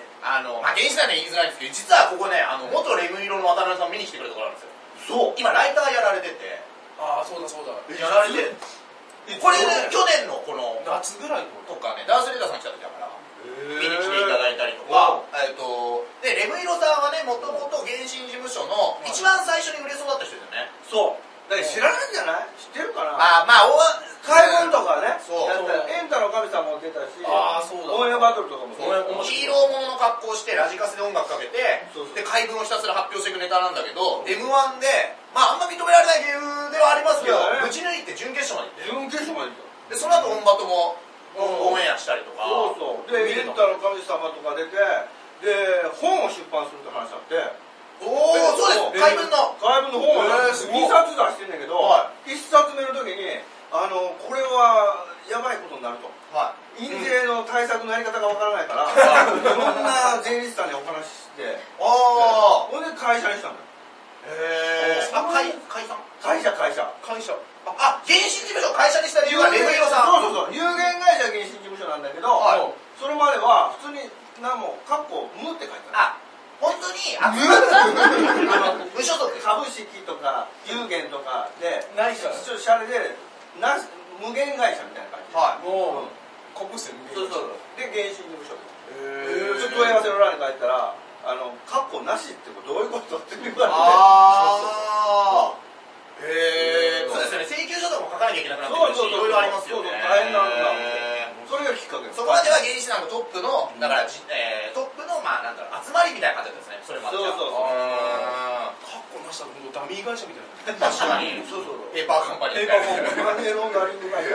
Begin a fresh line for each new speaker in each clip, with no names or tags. インスタでは言いづらいんですけど実はここねあの元レム色の渡辺さん見に来てくれたところなんですよ
そう
今ライターやられてて
ああそうだそうだ
やられてこれ、ね、去年のこの
夏ぐらいのこと
とかねダンスレーダーさん来た時だから見に来ていただいたりと
わ
か、えっとでレムイロさんはねもともと原神事務所の一番最初に売れそうだった人ですよね、
そうだから知らないんじゃない知ってるかな
あまあ
海軍とかね
そう
やったエンタの神様も出たし
あーそうだ
オンエアバトルとかも
そうヒーローものの格好をしてラジカセで音楽かけて
そうそう
で海軍をひたすら発表していくネタなんだけど m 1でまああんま認められない理由ではありますけど
そうだ
ぶ
ね
ち抜いて準決勝まで行って
準決勝まで行
で
っ
その後オンバトも
う
オ
ん
ンエアしたりとか
たそうそうで
見
エン
るの
タの神様とか出てで本を出版するって話あって
おおそうです海軍の
海文の本を
えーすごい
2冊出してんだけど
は
1冊目の時にあのこれはやばいことになると
はい
印税の対策のやり方がわからないからいろんな税理士さんにお話しして
ああ
ほんで会社にしたのよ
へえ
そう
あ解解散
会社会社
会社
あ原神事務所を会社にした理由はレムイロさん
そうそうそう有限会社原神事務所なんだけど、
はい
それまでは普通に何も「カッコ無」って書いて
あ
ある
本当にあ
あの
無所属です
株式とか有限とかで
ないから
ちょっとシャレでなし無限会社みたいな感じ、
はい
もう国ぶせる
そうそうそうで原神事務所
ー
ちょっと問い合わせの欄に書いたら「あのカッコなし」ってこれどういうことって言わ
ああへえそうですよね請求書とかも書かなきゃいけなくなってくるし
そうそうそ
いろ
う
いろありますよね
そうそう大変なんだ
へ
れ
ー
てそれがきっかけ
そこまでは原始団のトップのだからじ、えートップのまあなんだろう集まりみたいな感じだったんですねそれまでは
そうそうそう
あー
カッコなしたらもうダミー会社みたいな
確かに
そうそうそう
ペーパーカンパニーみ
映
た
画
いな
もマネーロンダリング会社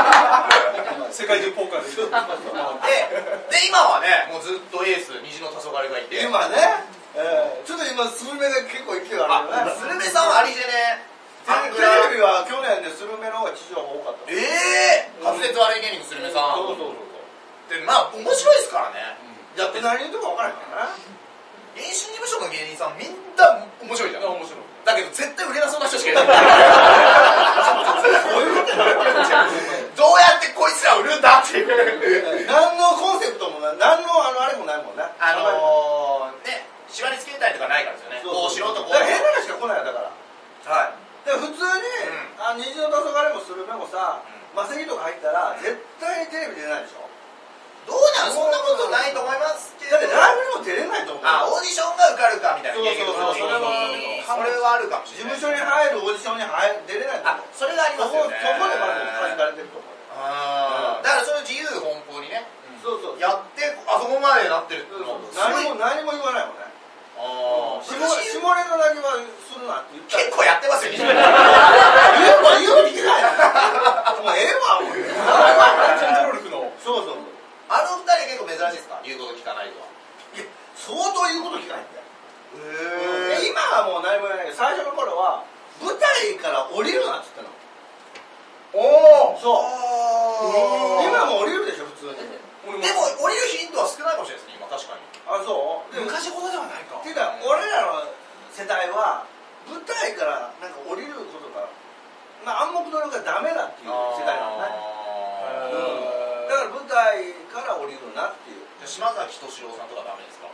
世界中ポーカーで
でで今はねもうずっとエース虹の黄昏がいて
今ね、えーちょっと今スルメが結構勢いある
あ
よね
スルメさんはありじね
テレビは去年でスルメの方が地上波多かった
ええー、滑舌悪い芸人のスルメさん
そうそうそう
でまあ面白いですからね、だって
そう
原
何言ってるか分からへんからね
神事務所の芸人さんみんな面白いじゃん
面白い
だけど絶対売れなそうな人しかいな い
そういうことだ
どうやってこいつら売るんだっていう
何のコンセプトもない何のあのあれもないもんね
あのー、ね縛り付けたりとかないからですよねこうしろとこう
だから変なのしか来ないよだから
はい
で普通に、
ん
あ虹の黄昏もスルメもさ、
う
マセキとか入ったら絶対テレビ出ないでしょ
どうなんそんなことないと思いますけ
だ
ど
ってライブにも出れないと思う
あオーディションが受かるかみたいな
そうそうそ
芸
う
人の
そ
それはあるかもし
事
れない
務所に入るオーディションに入出れないと
あ
思う
それがあり
そ
ます
こそこ
よ
で
ね
まず感じられてると思う
あーだからそれを自由奔放にね
そうそう
やってあそこまでなってるっていうのはすご
何
い
も何も言わないもんね
あー
下下ネタだけはするなって言った
結構やってますよ西村
ら言う言う言うないもうええわもう
コントロール不能
そうそう
あの二人結構珍しいですか言うこと聞かないのは
相当言うこと聞かないんだよ
へ
今はもう何も言わないけど最初の頃は舞台から降りるなって言ったの
おお
そ
お
う今
今も
も降りるでしょ普通に
俺
でも降りる頻度は少ないかもしれないですね今確かに
あそうでも
昔ほどではないか
ていうか俺らの世代は舞台からなんか降りることが、まあ、暗黙の了解ダメだっていう世代なのね
ー
うんだから舞台から降りるなっていう
じゃあ島崎敏郎さんとかダメですか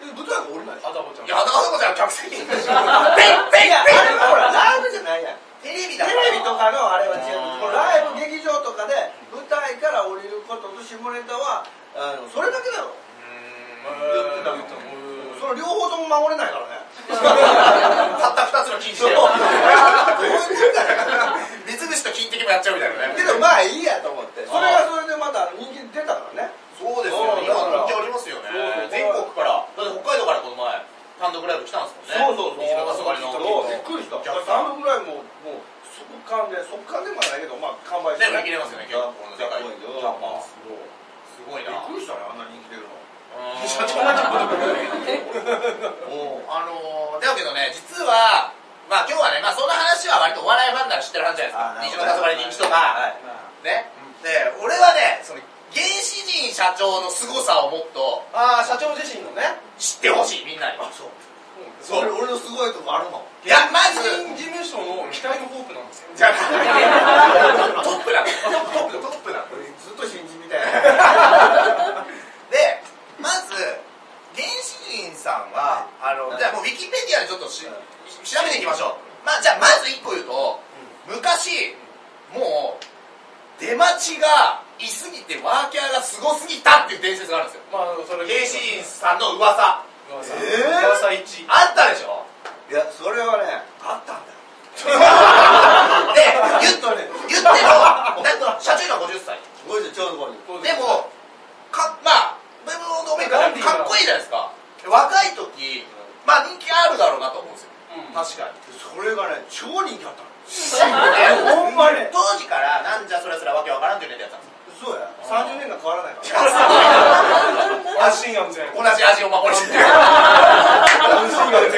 で舞台から降りないでしょ
あだこちゃん
いやあの子ちゃん客席にいるでしょ
いやあれはほらライブじゃないやん
テレビ
テ
だから
レビとかのあれは違う
あー
もうライブ劇場とかで舞台から降りることと下ネタはあのそれだけだろ
う
言ってた
ーん
の
たもん
その両方とも守れないからね
たった二つの禁止
そう
で
どういうことだよ
水虫と金敵もやっちゃうみたいなね
けどまあいいやと思って それがそれでまた人気出たからね
そうですよね今人気ありますよね
そうそう
全国からだって北海道からこの前単独ライブ来たんですもんね虹の黄昏の
びっくりした
逆
サンドぐらいもうもう速乾で速乾でもないけどまあ完売
全部売り切れますよね結構この世界
びっ
ジャパンすごいな
くりしたねあんな人気出るの
うん
社長はちょっと
もうあのー、だけどね実はまあ今日はね、まあ、その話は割とお笑いファンなら知ってる話じゃないですか虹の黄昏人気とか、
はい
ねで俺はねその原始人社長の凄さをもっと
ああ社長自身のね
知ってほしいみんなに
あそう
そう
俺俺のすごいとこあるの
いやまず
新事務所の期待のホープなんですよ
じゃあトップなのトップトップなの
俺ずっと新人みたいな
でまず原始人さんは、
はい
あの
はい
じゃあもうウィキペディアでちょっとし、
はい
調べていきましょう、まあ、じゃあまず1個言うと昔もう出待ちがいすぎてワーキャーがすごすぎたっていう伝説があるんですよ
まあそれ
原始人さんの噂
噂
えー
噂一
あったでしょ
いやそれはねあったんだよ
で言っ
とね
言ってもなんと社長が50歳
50ちょうど50
でもかまあブームの面からかっこいいじゃないですか若い時まあ人気あるだろうなと思うんですよ
うん
確かに
それがね超人気あったの
ほ
んまに
当時からなんじゃそれすらわけわからんって言うネタやってたんで
そうや
あー
30年間変わらない
す
か
よ
ら
安心安全
同じ味を守りてる
安心安全が言っ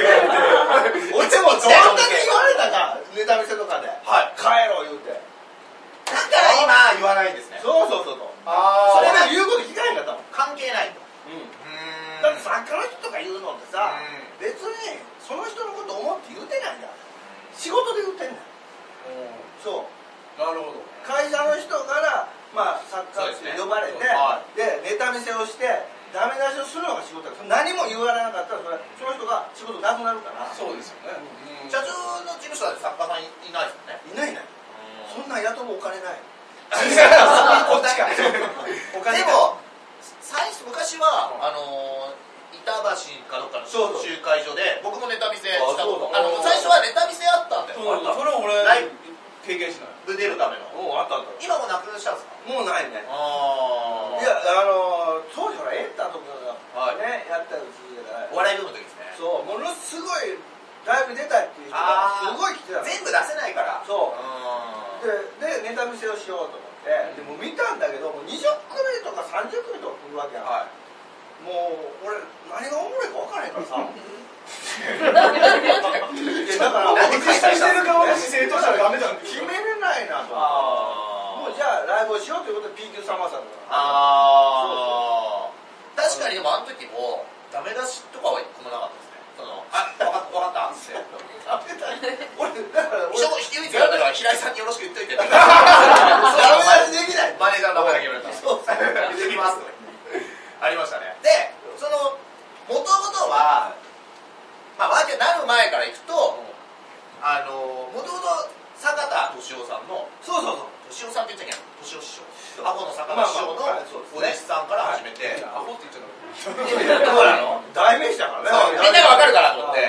て
俺でもどんだけ言われたかネタ見せとかで
はい
帰ろう言うて
だから今言わないんですね
そうそうそうそう
あ
そ
あ
れが言うこと聞かへんかったもん
関係ないと
うん
うん
だって作家の人とか言うのってさ
う
別にその人のこと思って言うてないんだ仕事で言うてんだよそう
なるほど
会社の人から、まあ、作家って呼ばれて
そうですねは
で,、ネタ見せをしてダメ出しをするのが仕事だから何も言われなかったらそれその人が仕事なくなるからい
そうですよねうん
社長の事務所だって作家さんいないですよね
ないいないそんなん雇うお金ない
こっちか
お金
で
が
も最初昔は、あのー板橋かどっかの
そうそう
集会所で僕もネタ見せしたこと
あ
あ
そうだ
の最初はネタ見せあったんだよ
そうそれは俺
ライ
経験しない
ブ出るための
おあったあった
今もうなくしたんですか
もうないね
あ
い
い
や
や
あのー当時ほらエンタとか
は
が
い
ね、やったりするじゃない
お笑い部分の時ですね
そうものすごいライブ出たいっていう人がすごい来てたの
全部出せないから
そう
う
ででネタ見せをしようと思って、でも見たんだけどもう20組とか30組とか来るわけやん、
は
もう俺何がおもろいか分からへんから さい
い
やだから
なんで
決
開催したんですか
姿勢としてはダメだ
めれないなと
あ
もう
ー
じゃあライブをしようということで PQ さんまさんが
あー確かにでもあの時もダメ出しとかは一個もなかったですねそのあわかったわかったっつって
食べたい俺だから俺
一応唯一言われたのは平井さんによろしく言っといてって
ダメ出しできない
マネージャーの名前だけ言われた
そうそう
行ってきますとかありましたねでそのもともとはまあワーキャーなる前から行くとあのもともと坂田敏夫さんの
そうそうそう
敏夫さんって言っちゃいけない敏夫師匠
そう
アホの坂田師匠の
まあまあはいそうです
お
ね
弟子さんから始めて、
アホって言っちゃダメ
そうなの
代名詞だからね
そうみんながわかるからと思って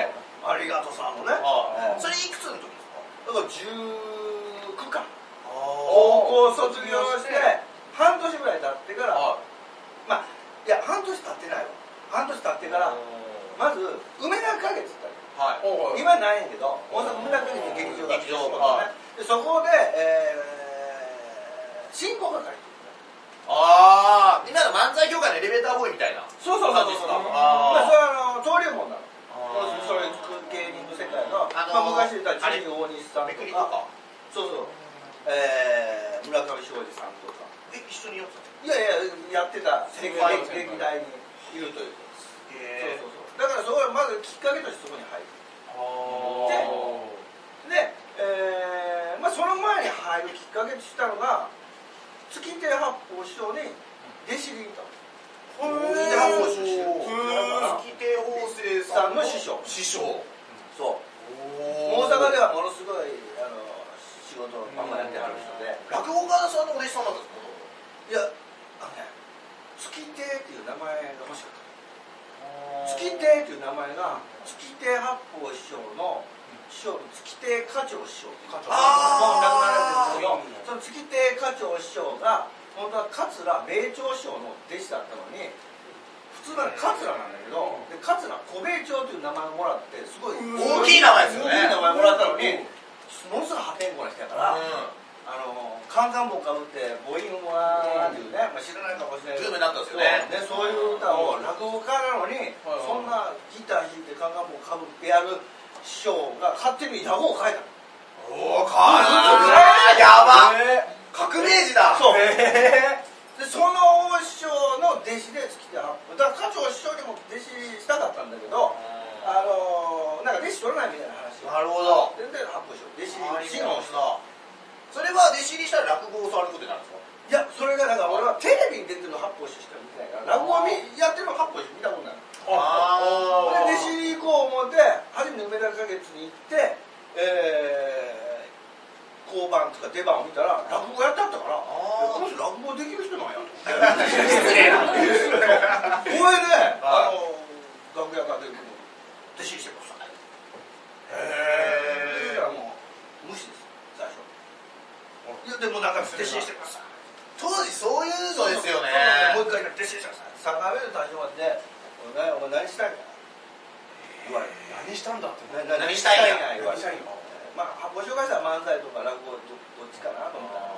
ありがとうさんのねだか
ああそれいくつの時ですから
19か
おお
高校卒業して半年ぐらい経ってからまあいや半年経ってないわ半年経ってからまず梅田花月ってある
はい
お
今ないんやけど大阪梅田花月って劇場があっ
劇場はい
てでそこで、えー、新興係っていう
ああ今の漫才業界のエレベーターボーイみたいな
そうそうそうそう
あ
まあ、そ
あ
れはあの登竜門なのそういう芸人の世界の、
あのー
まあ、昔言ったら
あれ
ジュニー大西さん
め
と
くり
か
とか
そうそう、えー、村上庄司さんとか
え一緒にやってた
いやいややってた世
先
界
輩
劇大にいるという
へ
そうそうそうだからそこはまずきっかけとしてそこに入るで、えーまあ、その前に入るきっかけとしたのが月亭八方師匠に弟子でいた
ー
北八方出身
月亭法政さんの
師匠
師匠
そう
大
大阪ではものすごいあの仕事をバンバンやってはる人で
落語家さんのお弟子さんだったんです
いやあのね月亭っていう名前が欲しかった
か
月亭っていう名前が月亭八方師匠の師匠の月亭課長師匠課長
あー
もう亡くなられてるんですけどその月亭課長師匠が本当は桂米朝師匠の弟子だったのに普通なら桂なんだけどで桂小米朝という名前をもらってすごい
大きい名前ですよね
大きい名前もらったのにものすごい破天荒な人やから、
う
あのカンカン帽かぶって母音はっていうね、まあ、知らないかもしれない
ん、ブー
け
ムに
ど
なったんですよね
ね、そういう歌を落語家なのに、
はい
そんなギター弾いてカンカン帽かぶってやる師匠が勝手に野望を変えたの
おおか
ー
やば
え
革命児だ
そう
え
でその師匠の弟子で月て八方だから課長師匠にも弟子したかったんだけどあのーなんか弟子取らないみたいな話
な
を
るほど
全然八方師匠弟
弟子
子に師匠
の人それは弟子入りしたら落語を教わることになるんですか
いやそれがだから俺はテレビに出てるの八方師しか見てないから落語みやってるの八方師見たことない
あー
俺弟子に行こう思って初めて梅田花月に行ってえー交番とか出番を見たら落語やってあったから
あー
この人落語できる人なんやと思って
失礼な
これで、
は
あ
い
の楽屋から出てくるの弟子にしてくださいそしたら
へえ
もう無視です最初いやでもなんか弟子にしてください
当時そういうのですよね
そうそうもう一回弟子にしてください3回目の最初まで「お前お前何したいんだ?」言われて
何したんだって
なな
何したいんや
何言われてまあご紹介したら漫才とか落語どどっちかなと思ったら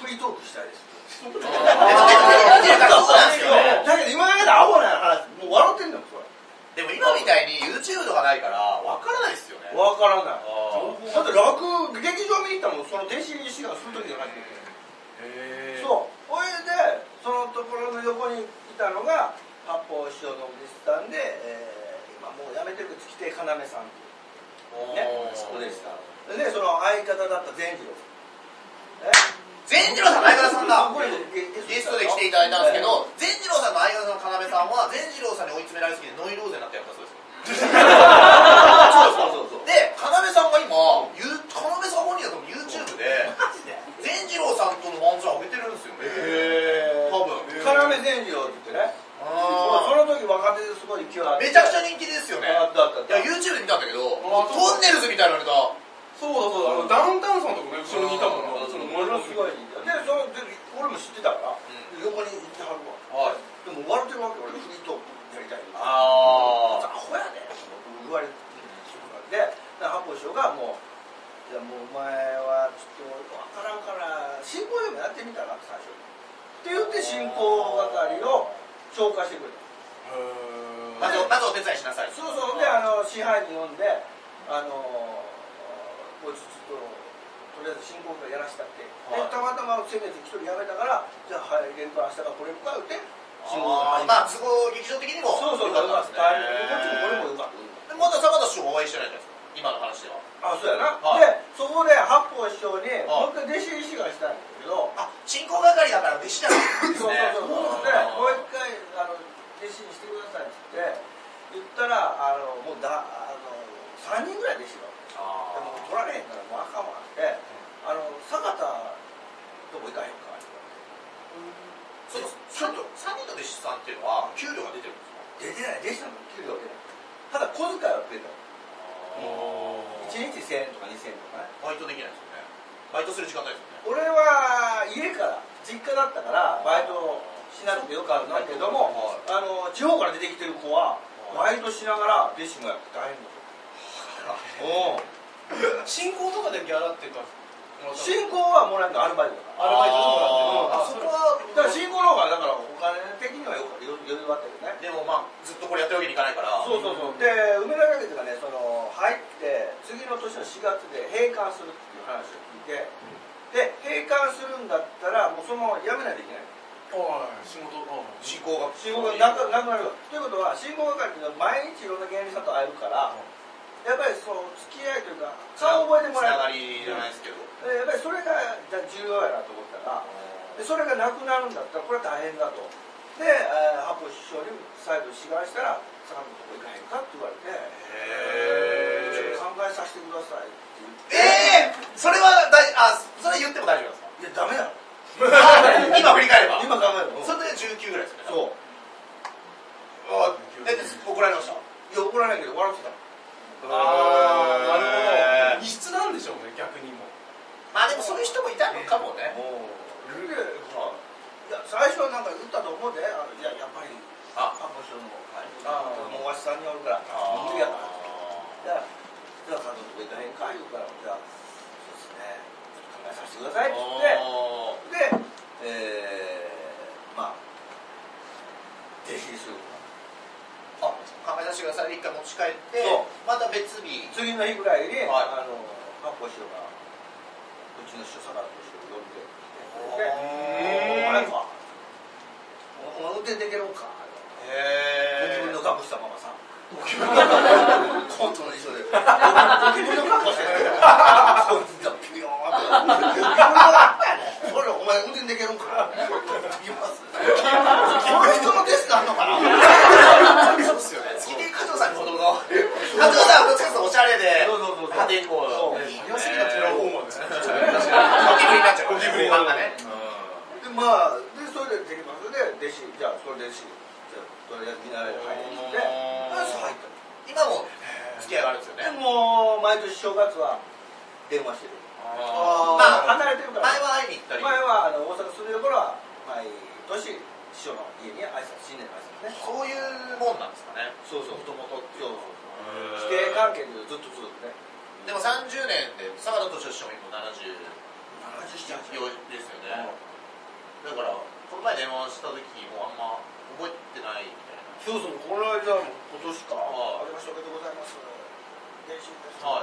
フリートークしたい です
あー
いやだからそうなんですよ
そうなんですよね
だけど今までアホな話もう笑ってんだもんそれ
でも今みたいに YouTube とかないからわからないですよね
わからな
あ
いだって落語劇場見に行ったもんその弟子に志願する時が初めて
へう
そうそれでそのところの横にいたのが八方師匠のお弟子さんで、えー今もうやめてる月亭要さんっていう
ー
ねお弟子さんでその相方だった善次郎
善次郎さんの相方さんだ
これ
ゲストで来ていただいたんですけど善次郎さんの相方の要さんは善次郎さんに追い詰められすぎてノイローゼになってやったそうですよ
そうそうそうそう
で要さんが今ゆう要さん本人だと思う YouTube で善次郎さんとの漫才上げてるんですよね
へえ
多分
要善次郎って言ってねそ
あー
の時若手ですごい勢いあっ
め
て
ちゃくちゃ人気ですよね
あったあったあっ
いや
た
YouTube で見たんだけど
あそう
トンネルズみたいなネタ
そうだそうだあのダウンタウンさんとかね後ろにいたもんな
そ
そ
の
の
も
燃え
の
ますす
ご
ご
い
い
でそので俺も知ってたから、
う
横に行ってはるわ
はい
でも笑ってるわけ俺フリートークやりたいあ
あ
アホやで言われてで八方師匠がもう「いやもうお前はちょっと分からんから進行でもやってみたら」最初って言って進行係を紹介してくれた
まずまずお手伝いしなさい
そうそうであの支配人呼んであのこいつちょっととりあえず進行からやらしたって、で
はい
たまたま先月一人辞めたからじゃあ入れるから明日からこれ向かうって進行
あー
ま
まあ都合劇場的にも
そうそうそう
良かっ
よかったた
んですね
こ
でま
っちもこれもよかった
だ坂田師匠お会いしてないじゃないですか今の話では
あそうやな、
はい
でそこで八方師匠に
い
もう一回弟子に志願したんだけど、
あ進行係だから弟子じゃないんです
そうそうそう
ね
でもう一回あの弟子にしてくださいって言って言ったらあのもうだあの3人ぐらい弟子がでも取られへんからもうあかんわって、あの坂田どこ行かへんかって
その三人三人の弟子さんっていうのは給料が出てるんですか
出てない弟子さんの給料出ないただ小遣いはくれた1日1000円とか2000円とかね
バイトできないですよねバイトする時間ないですよね
俺は家から実家だったからバイトしなくてよかったんだけどもあの地方から出てきてる子はバイトしながら弟子もやって大変だと
進行とかでギャラっていうか
うん進行はもらえるのアルバイトだから
アルバイ
あーあそ
トと
こ
か
は
だから進行の方がだからお金的にはよ余裕があったけ
で
どね
もまあずっとこれやってるわけにいかないから
そうそうそうで梅田花月がねその入って次の年の4月で閉館するっていう話を聞いてで閉館するんだったらもうそのまま辞めないといけない
やってる仕事
進行が
信号がなくなくなるわということは信号係っていうのは毎日いろんな芸人さんと会えるからやっぱりその付き合いというか顔を覚えても
つなが
らえる
りじゃないですけど
でやっぱりそれがじゃあ重要やなと思ったらでそれがなくなるんだったらこれは大変だとで、えー、ハポ師匠に再度志願したら坂本どこ行かへんかって言われて
へー
ちょっと考えさせてくださいって言っ
ええ
て
それは大あそれ言っても大丈夫なんですか
いやダ
あ
メだろ
今振 り返れば
今考えるの
それで19ぐらいですよね
そう
あえで怒られました
いや怒らないけど笑ってた
あ
へ
あなるほど異質なんでしょうね逆にも
まあでもそういう人もいたのかもね
もうでいや最初はなんか言ったと思うであのいややっぱり
あ
ハポ師匠の方が
あー
もうわしさんにおるから無理やからじゃあ、じゃあ、彼女とかへんか言うから、じゃあ、そうですね、考えさせてくださいって言って、で、えー、まあ、弟子にするの
あ考えさせてください一回持ち帰って
そう
また別日
か次の日ぐらいに、
はい
あの、八方師匠が、うちの師匠、坂田師匠を呼んできてくれて、
おー
お前か、お前運転できるんか、ゴキブリの格好したままさ。コントの衣装で。ゴキブリの格好してる。こいつがピヨーンって。ゴキブリの格好やね。俺お前運転できるんか。
っていこうよ
そう
早すぎたテラフォーマーですね。
ゴキブリになっちゃう
ゴキブリ
版がね
でまあでそれでできますで弟子じゃあそれ弟子じゃあとりあえず見習いで入ってきて
おー
あそう入った
今も付き合いがあるんですよ
で
ね
もう毎年正月は電話してる
あま
まあ
あ
離れてるか
前
ら
は会いに行った
前
り
はあの大阪住んでる頃は毎年師匠の家に挨拶新年の挨拶ね
そういうもんなんですかね
そうそう
もともとってい
そう
う
そう師弟関係でずっとずっとね
でも30年で坂田敏夫師匠も今70
77
よですよねだからこの前電話した時もあんま覚えてないみたいな
そうそうこの間も今年か
はい
ありましたおめでとうございます原神です
はい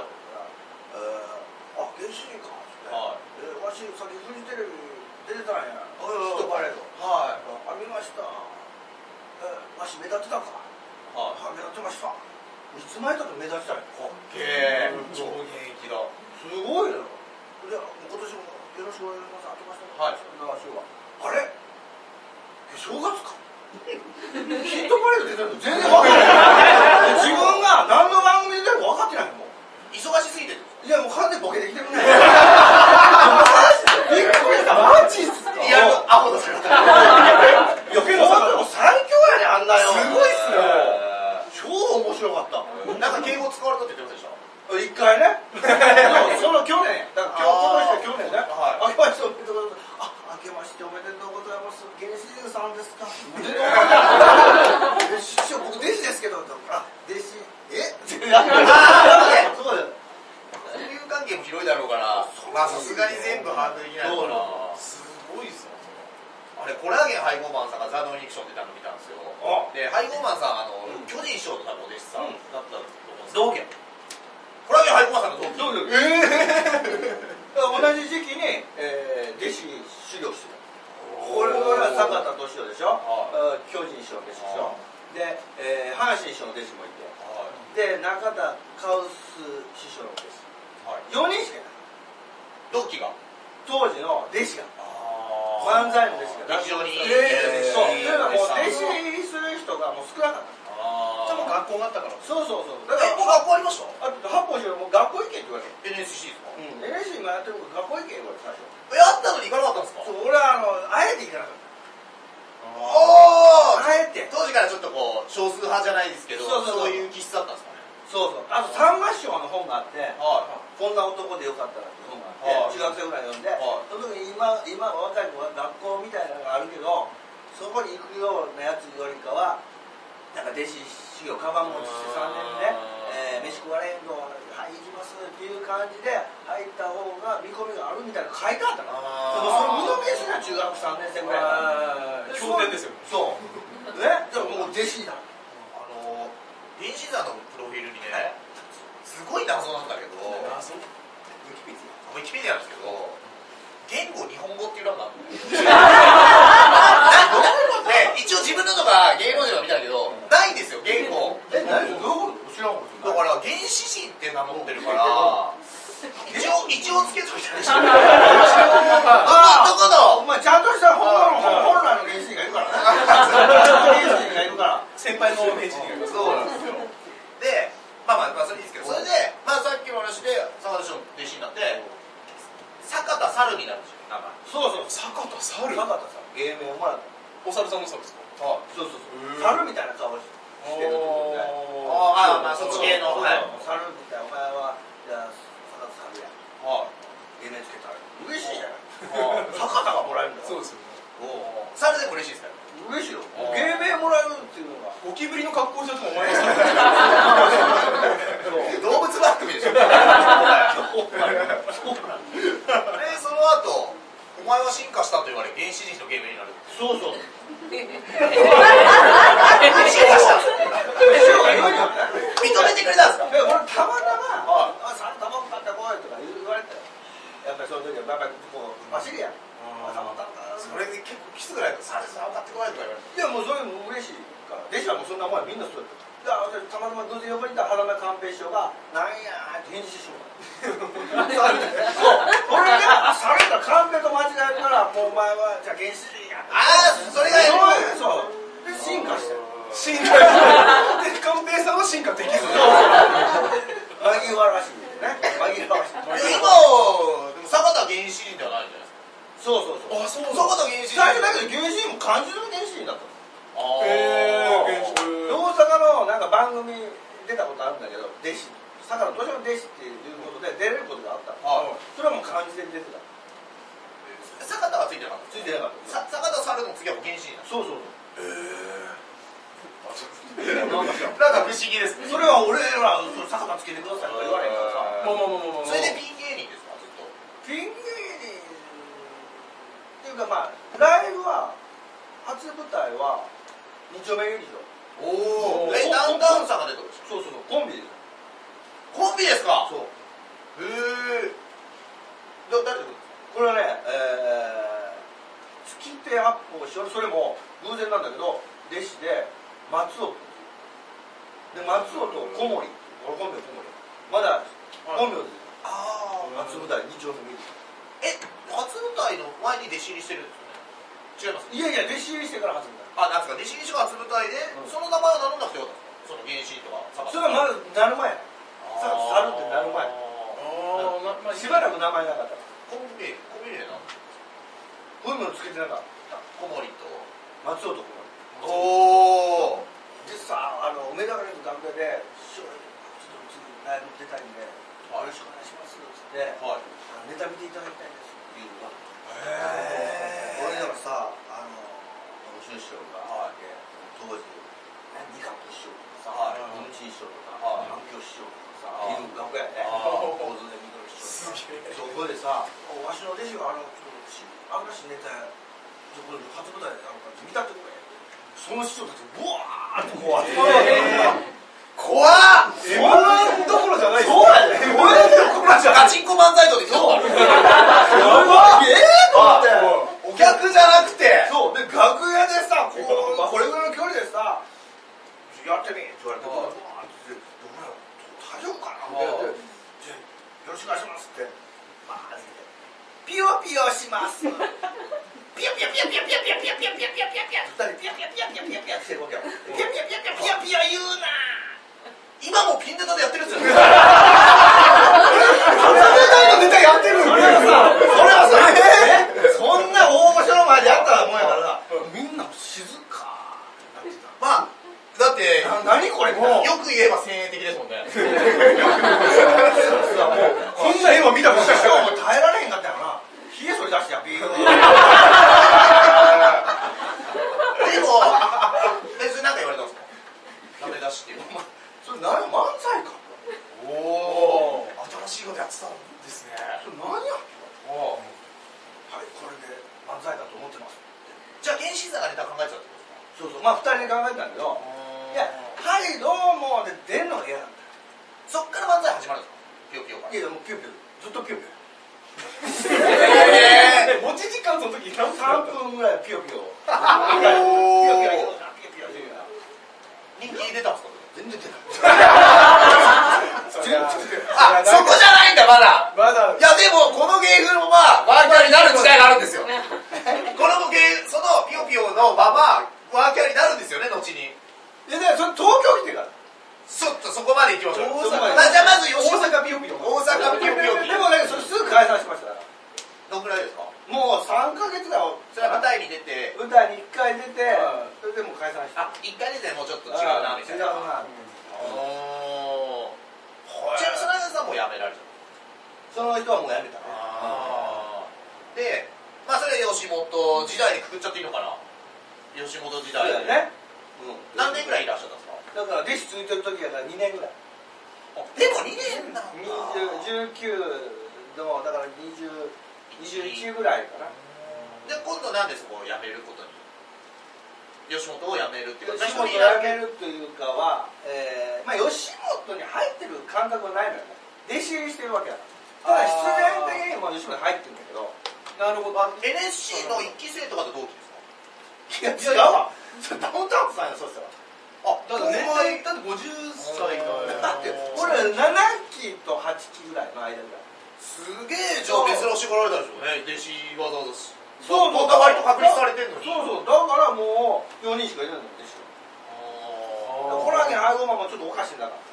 えーあ原神か
はい
えーわしさっきフジテレビ出てたん
い
や
はいはい
ヒットパレード
は
あ見ましたえーわし目立ってたんか
いは
あ目立ってましたいつ前だと目立ってたんや
いかっけえ超現役だ
すごいなじゃあ今年もよろしくお願いします明けましておめでとうございますあれ正月 かヒットパレード出てるの全然分かんない自分が何の番組で出てるか分かってないもん
忙しすぎてる
いやもう完全にボケできてるねマジでびっくりしたマジっすか
リアルアホだすよ
いやけど最強やねあんなよ
すごいっすよ
超面白かった
なんか敬語使われたって言ってましたでしょ
一回ねでもその去年だから今日今年で去年ね
は
明けましておめでとうございますあ明けましておめでとうございます原始人さんですかおめでとうございます師匠僕弟子ですけどあ弟子え
あ
そうだよ
交友関係も広いだろうから
まあさすがに全部把握できな
そ
い。
うな
すごいっすね。
あれコラーゲン配合マンさんがザ・ノンフィクション出たの見たんですよ
あ
で配合マンさんあの、
うん
巨人師匠と多分お弟子さん
うん
だったと思うんですけど同期コラーゲン配合マンさんの同期
どうぞ同じ時期に、えー弟子に修行してたこれは坂田敏夫でしょ、
は
えー巨人師匠の弟子でしょで、えー阪神師匠の弟子もいて
はい
で中田カウス師匠の弟子
はい
4人しかいない
同期が
当時の弟子が漫才の弟子が
劇場に
えーそうというのはもう弟子
えー
入りする人がもう少なかった
あ
で
ー
も学校があったから。
そうそうそうだ
え
から
もう学校ありました
あと八方師匠もう学校行けって言われて
NSC ですか
うん NSC 今やってること学校行け言われて最初
えあったのに行かなかったんですか
そう俺はあのあえて行かなかった
おー
あえて
当時からちょっとこう少数派じゃないですけど
そうそうそう
いう気質だったんですかね
そうそうあと三賀師匠の本があって
は
こんな男でよかったらっていう本が
は
あっ
い
て中学生ぐらい読んで
はい
その時に今今若い子は学校みたいなのがあるけどそこに行くようなやつよりかはなんか弟子修行カバン持ちして3年でね、えー飯食われへんのはい行きますっていう感じで入った方が見込みがあるみたいなの書いてあったのでも
あー
それ無理ですな中学3年生ぐらいから
経典ですよね
そうねでももう弟子だ
あの林志山のプロフィールにねすごい謎なんだけどウ
あそ
ィ
う。
キペディアなんですけど言語日本語っていう欄があるのね で一応自分のとか芸能人の見たけどないんですよ言語
え何それどういうこと知らんこ
だから原始人って名乗ってるから一応一応つけといたりして あどこ
お前ちゃんとした本物の本来の原始人が いるからね原始人がいるから
先輩の名人がいます。
そうなんですよでまあまあまあそれいいですけどそれで、まあ、さっきの話で坂田師匠の弟子になって坂田猿になるんですよ名前
そうそう猿
坂田猿
な。かったさ芸名をもらった
お猿さんの猿ですか。
あ
そうそうそう
へー
猿みたいな顔してるってことね
あまあそっち系の
そう
はい
猿みたいなお前はじゃあ坂田猿や
はい
芸名つけたら嬉しいじゃな
あ
い坂田がもらえるんだ
そ
よ
うですよね。
おう
猿でも嬉しいですから
嬉しいよ芸名もらえるっていうのが
ゴキブリの格好じゃと思います
そう
動物番 組でしょはい
そうなんだ
でその後お前は進化したと言われ原始人のゲームになる
そうそう
進化した
師匠が言われたんだよ
認めてくれたんですか
で俺たまたま
はい
「あ三玉買ってこい」とか言われたよやっぱりその時はやっぱりこう走るやんあ三玉買ってこい
それで結構きつくないと猿さん上がってこないとか言われて
でもうそれも嬉しいから弟子はもうそんなもんやみんなそうやっただから私たまたま偶然呼ばれた花間寛平師匠が「なんや」って返事してしまうそう俺が「あ猿が寛平と間違えるからもうお前はじゃあ原始人や」
ああそれが
そうそうで進化してる
進化で、寛平さんは進化できず。
麦わらしいね出たことあるんだけど弟子坂野どうしても弟子っていうことで出れることがあったの
はい
それはもう漢字で出てた
坂田はついてなかった
ついてなかった
さ坂田さんの次は保健師になる
そうそうそう
なんか不思議ですね
それは俺らその坂田つけてくださいとか言われへんからさ
まあまあ
そ
まあまあまあ
れでピン芸人ですかずっと
ピン芸人っていうかまあライブは初舞台は二丁目劇場
お
おー
えダウンタウンさんが出てるんですか
そうそうそうコンビで
コンビですか
そう
へえだ誰で
これはねえー、月亭八方しおりそれも偶然なんだけど弟子で松尾君で松尾と小森俺本名小森まだ本名です
ああ
初舞台二丁目劇
え初舞台の前に弟子入りしてるんですよね違います
場いやいや弟子入りしてから始めた
あなんですか弟子入りしてから初舞台で
うん
その名前を名乗んなくてよかったんですかその原神とか坂田
それはまだなる前やさ猿ってなる前
あーまあまあ
しばらく名前なかった
コンビコンビ名なの
本名つけてなかった
小森と
松尾と小森
おお
でさあの梅田からの楽屋で「師匠ちょっと次ライブ出たいんでよろしくお願いします」っつって
はい
あのネタ見ていただきたいですっていうのが
へー
俺だからさあの野口師匠が、
はい
で当時何かの師匠とか
は
さ
い
野口師匠とか
はい
反響師匠とかさ
あー
いる楽屋ね
あ
ー
構図で見る師匠とか
すげえ
そこでさお「わしの弟子があのちょっとしあんなしネタちょこれ初舞台であの見たってこれ」その師匠たちがブワーッとこう集まるわけ
え
怖っ
そんなところじゃないそうやねそんなところじゃな
ガ
い
チンコ漫才とで来たことある
やばええと思って
お客じゃなくて
そうで楽屋でさこうこれぐらいの距離でさ「やってみ」って言われて「
はい
わーって言ってで俺ら大丈夫かな?」
はい
ってじゃあよろしくお願いします」って「まあ」ってピヨピヨします」ピヨピヨピヨピヨピヨピヨピヨピヨピヨピヨピヨピヨ二人ピヨピヨピヨピヨピヨピヨしてるわけよピヨピヨピヨピヨピヨピヨ言うな
今もピンネタでやってるんですよね
それはさそれはさそんな大御所の前でやったらもんやからさみんな静かってなってた
まあだって
な何これもう
よく言えば先鋭的ですもんね
こんな絵を見たことない今日も耐えられへんかったよな冷えそり出してやビール
でも別に何か言われたんですかダメ出し っていう
それ何漫才か
おお新しいことやってたんですね
それ何や
お
はいこれで漫才だと思ってます
じゃあ原神さんがネタ考えてたってこ
そうそうまあ二人で考えたんだけど
と
い
ですか
やはいどうもで出るのが嫌なんだ
そっから漫才始まるんですかピヨピヨから
よいやもうピューピューずっとピューピュー
え
持ち時間その時何分だ
3
った
分ぐらいピヨ ピヨピヨ
お
ピヨ
ー
ピヨピヨピヨピヨ
人気出たんですか
全然出ない
そりゃ
あそこじゃないんだまだ
まだ
いやでもこの芸風のまあワーキャーになる時代があるんですよこの芸そのピヨピヨのままワーキャーになるんですよね後に
いやだからそれ東京来てから
ちょっとそこまで行きましょう
大阪
まあじゃあまず吉本
大阪ピヨピヨ
大阪ピヨピヨ
でもねそれすぐ解散しましたから
どんぐらいですか
もう3ヶ月だよ
それは舞台に出て
舞台に1回出て
は
それでもう解散して
あ一回出てもうちょっと違うなみたい
違う
な
な
おー
い
ちなみにその間さんもうやめられちゃった
その人はもうやめたね
でまあそれは吉本時代にくくっちゃっていいのかな吉本時代
そうだよねうん
何年ぐらいいらっしゃったんですか
だから弟子ついてる時だから2年ぐらい
でも2年なのか
20 19のだから20 21ぐらいかな
で今度なんでそこを辞めることに吉本を辞めるっていうか
吉本を辞めるというかは、えーまあ、吉本に入ってる感覚はないのよね弟子入りしてるわけやからだから必然的にもう吉本に入ってるんだけど
なるほどあ
NSC の1期生とかと同期ですか
いや違うわそれダウンタウンさんやそしたら
あ
だって年代だって50歳
だ
が
って
俺ら7期と8期ぐらいの間ぐらい
すげえじゃあ別のしてこられたでしょうね弟子わざわざし
そう
また割と確立されてんのに
そうそうだからもう4人しかいないんだよ弟子
あ
コラーゲン配合マンもちょっとおかしいんだから
ー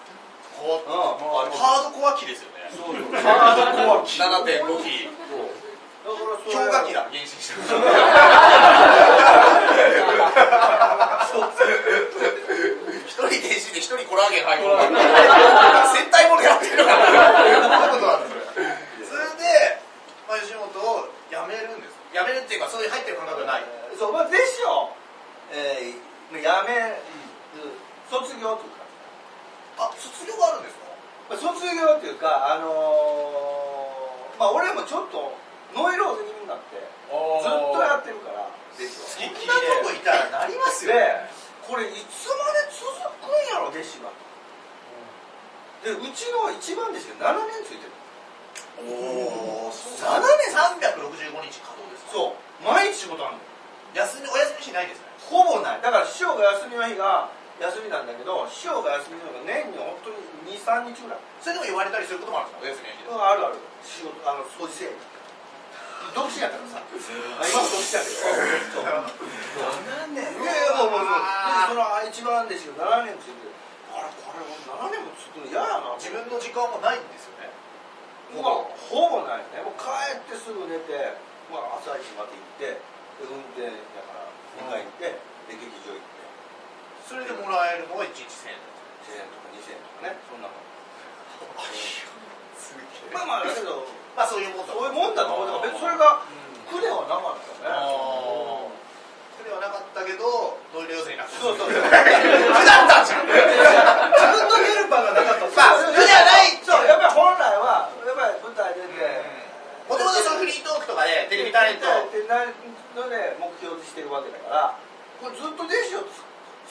うん
ハードコア期ですよね
そうそうハードコア期だから
7.5期
そ
氷河期だ原始した
だ
一人電子で一人コラーゲン入ってる戦隊ものやってるから
ういうことなんですよ
それで、まあ、吉本を辞めるんです辞めるっていうかそういう入ってる感覚がない
そう、まあ、弟子を、えー、やめる、卒業という
あ
か、
卒業があるんですか
まあ卒業というか、あのーまあ、俺もちょっとノイローゼ気味になって、ずっとやってるから、弟
そ
子を。
んなとこいたらなりますよ
で、これいつまで続くんやろ、弟子は。で、うちの一番弟子が7年ついてる。
おお7年365日稼働ですう
そう、毎日仕事あるの
休みお休みしないですね
ほぼない。だから師匠が休みの日が休みなんだけど、師匠が休みの日が年に本当に2、3日ぐらい。
それでも言われたりすることもあるんですかお休みの日で
うんあるある。仕事、あの、掃除せえ。独身やったからさ。あ今も独身や
7
けど。
年
いやいや、もうもうもう。で、その一番弟子が7年ついてる。あれ、これ、7年もつくの嫌やな。
自分の時間もないんですよね
もうほぼないね。もう帰ってすぐ寝て、まあ、朝一まで行って、で運転だから、2回行って、で、劇場行って。
それでもらえるのが1日1000円
1000円とか2000円とかねそんなの
すげ
まあまあだけど
まあそういうもんだ
そういうもんだと思うけど別にそれが苦ではなかったね
それはなかったけどノイローゼになった
そうそう
苦
そ
だ
う
ったじゃん
自分のヘルパーがなかった
まあ苦じゃない
そうやっぱり本来はやっぱり舞台出て
もともとそのフリートークとかでテレビタレント
ってなるので目標としてるわけだからこれずっと弟子を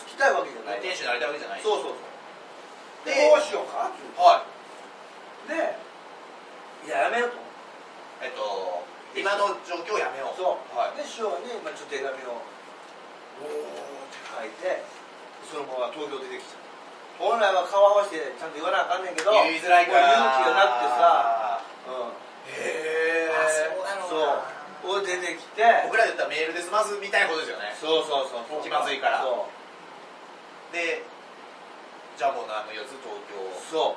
つつきたいわけじゃない
店主になりたいわけじゃない
そうそうそう
で
でどうしようかっていう
はい
でいややめようと
えっと今の状況をやめよう
そう
はい
で師匠に、まあ、ちょっと手紙をおーって書いてそのまま東京出てきちゃった本来は顔合わせてちゃんと言わなあかんねんけど
言いづらいから
もう勇気がなってさ、うん、
へえそうだろうな
そう俺出てきて
僕らで言ったらメールで済ますみたいなことですよね
そうそうそう
気まずいから
そう
でじゃあもうあのやつ東京お
そ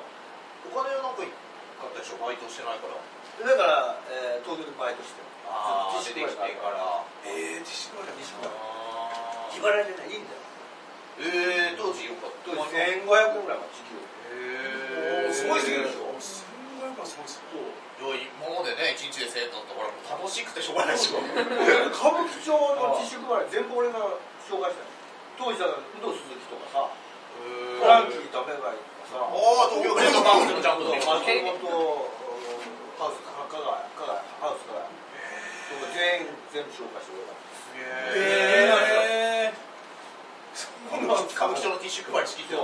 金はなんか買ったでしょバイトしてないから
うだから、えー東京でバイトしてる
ああ
ず
出
っと
てきてから
ええ自粛は
西
あー
村自腹でねいいんだよ
ええ当時よかった
当時
へ
1500円ぐらいの時 給
え
す
す
ごい
ごい
すぎ
すぎ
る
る
で
で
し
し
ょ1500
ょ
はすごいですね
いや今までね1日で生徒だったからもう楽しくてしょうがないでしょ
歌舞伎町の自粛払い全部俺が紹介したの当時だから有働鈴木とかさフランキーとメガイとかさ
おお東京グレートハウスでもちゃんと
松
ね
本ハウス加賀加賀加賀ハウス加賀とか全員全部紹介してくれ
へ
た
え歌舞伎町のティッシュ配りしきってた